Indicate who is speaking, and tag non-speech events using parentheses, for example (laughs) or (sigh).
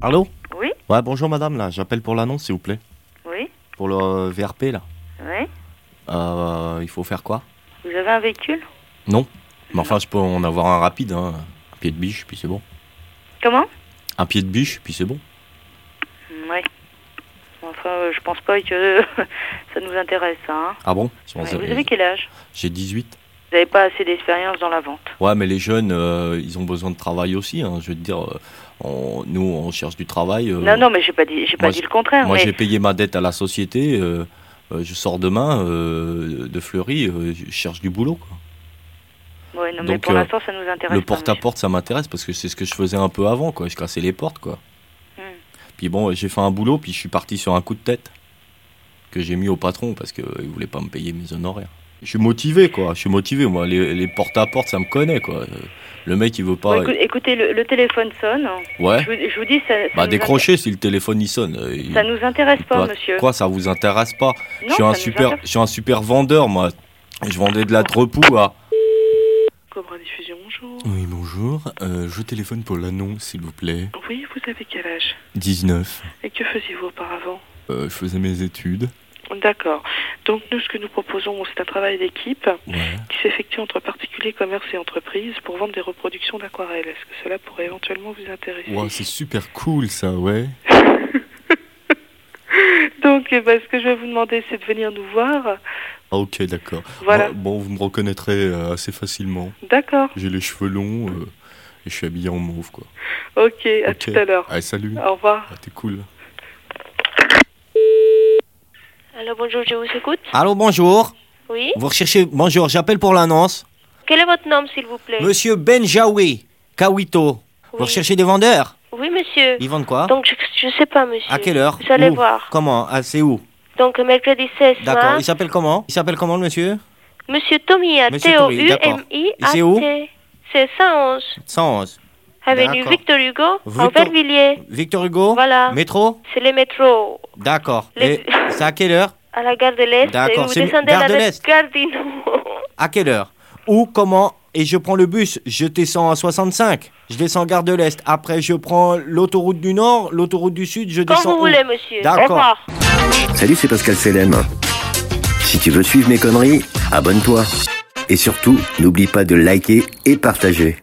Speaker 1: Allô
Speaker 2: Oui,
Speaker 1: Ouais, bonjour madame, là, j'appelle pour l'annonce, s'il vous plaît.
Speaker 2: oui,
Speaker 1: Pour le euh, VRP, là.
Speaker 2: oui.
Speaker 1: Euh, il faut faire quoi
Speaker 2: Vous avez un véhicule
Speaker 1: Non. Mais enfin, je peux en avoir un rapide, hein. Un pied de biche, puis c'est bon.
Speaker 2: Comment
Speaker 1: Un pied de biche, puis c'est bon.
Speaker 2: Oui. Enfin, euh, je pense pas que (laughs) ça nous intéresse, ça. hein.
Speaker 1: Ah bon Je
Speaker 2: Ouais,
Speaker 1: pensais-
Speaker 2: Vous avez quel âge
Speaker 1: J'ai 18.
Speaker 2: Vous n'avez pas assez d'expérience dans la vente.
Speaker 1: Ouais, mais les jeunes, euh, ils ont besoin de travail aussi, hein. Je veux te dire, euh, on- nous, on cherche du travail. euh,
Speaker 2: non, non, mais j'ai pas dit, j'ai pas
Speaker 1: moi,
Speaker 2: dit le contraire.
Speaker 1: Moi,
Speaker 2: mais
Speaker 1: j'ai payé ma dette à la société. euh, euh, je sors demain euh, de Fleury, euh, je cherche du boulot. quoi.
Speaker 2: Ouais, non, mais
Speaker 1: donc,
Speaker 2: pour
Speaker 1: euh,
Speaker 2: l'instant, ça nous intéresse
Speaker 1: Le
Speaker 2: pas. monsieur.
Speaker 1: porte-à-porte, ça m'intéresse parce que c'est ce que je faisais un peu avant. Quoi. Je cassais les portes. quoi.
Speaker 2: Hmm.
Speaker 1: Puis bon, j'ai fait un boulot, puis je suis parti sur un coup de tête que j'ai mis au patron parce qu'il ne voulait pas me payer mes honoraires. Je suis motivé, quoi. Je suis motivé, moi. Les, les porte-à-porte, ça me connaît, quoi. Euh, Le mec, il veut
Speaker 2: Bon,
Speaker 1: pas.
Speaker 2: écou- écoutez, le, le téléphone sonne.
Speaker 1: Ouais.
Speaker 2: Je, vous, je vous dis, ça, ça
Speaker 1: Bah,
Speaker 2: nous
Speaker 1: décrochez si le téléphone il sonne. Euh, il-
Speaker 2: intér- Ça nous intéresse pas,
Speaker 1: Quoi-
Speaker 2: monsieur.
Speaker 1: Quoi, ça vous intéresse pas
Speaker 2: Non,
Speaker 1: Je suis, un
Speaker 2: ça nous
Speaker 1: super,
Speaker 2: intéresse
Speaker 1: je suis un super vendeur, moi. Je vendais de la trepou à.
Speaker 3: Cobra Diffusion, bonjour.
Speaker 1: Oui, bonjour. Euh, je téléphone pour l'annonce, s'il vous plaît.
Speaker 3: Oui, vous avez quel âge
Speaker 1: 19.
Speaker 3: Et que faisiez-vous auparavant
Speaker 1: Euh, je faisais mes études.
Speaker 3: D'accord. Donc nous, ce que nous proposons, c'est un travail d'équipe
Speaker 1: Ouais.
Speaker 3: qui s'effectue entre particuliers, commerces et entreprises pour vendre des reproductions d'aquarelles. Est-ce que cela pourrait éventuellement vous intéresser
Speaker 1: c'est super cool, ça, ouais.
Speaker 3: (laughs) Donc, eh ben, ce que je vais vous demander, c'est de venir nous voir.
Speaker 1: Ah, ok, d'accord.
Speaker 3: Voilà.
Speaker 1: Ah, Bon, vous me reconnaîtrez euh, assez facilement.
Speaker 3: D'accord.
Speaker 1: J'ai les cheveux longs euh, et je suis habillé en mauve, quoi.
Speaker 3: Ok, à
Speaker 1: Ok.
Speaker 3: tout à l'heure.
Speaker 1: Ah, salut.
Speaker 3: Au revoir.
Speaker 1: Ah, t'es cool.
Speaker 4: Alors bonjour, je vous écoute.
Speaker 1: Allô, bonjour.
Speaker 4: Oui.
Speaker 1: Vous recherchez. Bonjour, j'appelle pour l'annonce.
Speaker 4: Quel est votre nom, s'il vous plaît
Speaker 1: Monsieur Benjaoui Kawito.
Speaker 4: Oui.
Speaker 1: des vendeurs
Speaker 4: Oui, monsieur.
Speaker 1: Ils vendent quoi
Speaker 4: Donc, je, je sais pas, monsieur.
Speaker 1: Ah. À quelle heure
Speaker 4: Vous allez
Speaker 1: Où
Speaker 4: voir. Hein
Speaker 1: Comment Ah, C'est où
Speaker 4: Donc, mercredi 16
Speaker 1: D'accord.
Speaker 4: mars.
Speaker 1: Il s'appelle comment Il s'appelle comment le monsieur
Speaker 4: Monsieur Tomia,
Speaker 1: Monsieur Tommy, d'accord. Et c'est où
Speaker 4: T-O-U-M-I-A-T. C'est 111,
Speaker 1: 111.
Speaker 4: avenue
Speaker 1: D'accord.
Speaker 4: Victor Hugo,
Speaker 1: Victor-
Speaker 4: en Vervilliers.
Speaker 1: Victor Hugo
Speaker 4: Voilà.
Speaker 1: Métro
Speaker 4: C'est le métro
Speaker 1: D'accord.
Speaker 4: Les-
Speaker 1: Et c'est à quelle heure
Speaker 4: à la gare de l'Est.
Speaker 1: D'accord,
Speaker 4: Vous
Speaker 1: c'est-
Speaker 4: descendez
Speaker 1: gare
Speaker 4: à
Speaker 1: de
Speaker 4: la
Speaker 1: l'Est.
Speaker 4: gare d'Inou.
Speaker 1: À quelle heure Où Comment Et je prends le bus. Je descends à 65. Je descends gare de l'Est. Après, je prends l'autoroute du Nord, l'autoroute du Sud. Je
Speaker 4: Quand
Speaker 1: descends.
Speaker 4: vous
Speaker 1: où
Speaker 4: voulez, monsieur.
Speaker 1: D'accord.
Speaker 4: Au revoir.
Speaker 5: Salut, c'est Pascal Selem. Si tu veux suivre mes conneries, abonne-toi. Et surtout, n'oublie pas de liker et partager.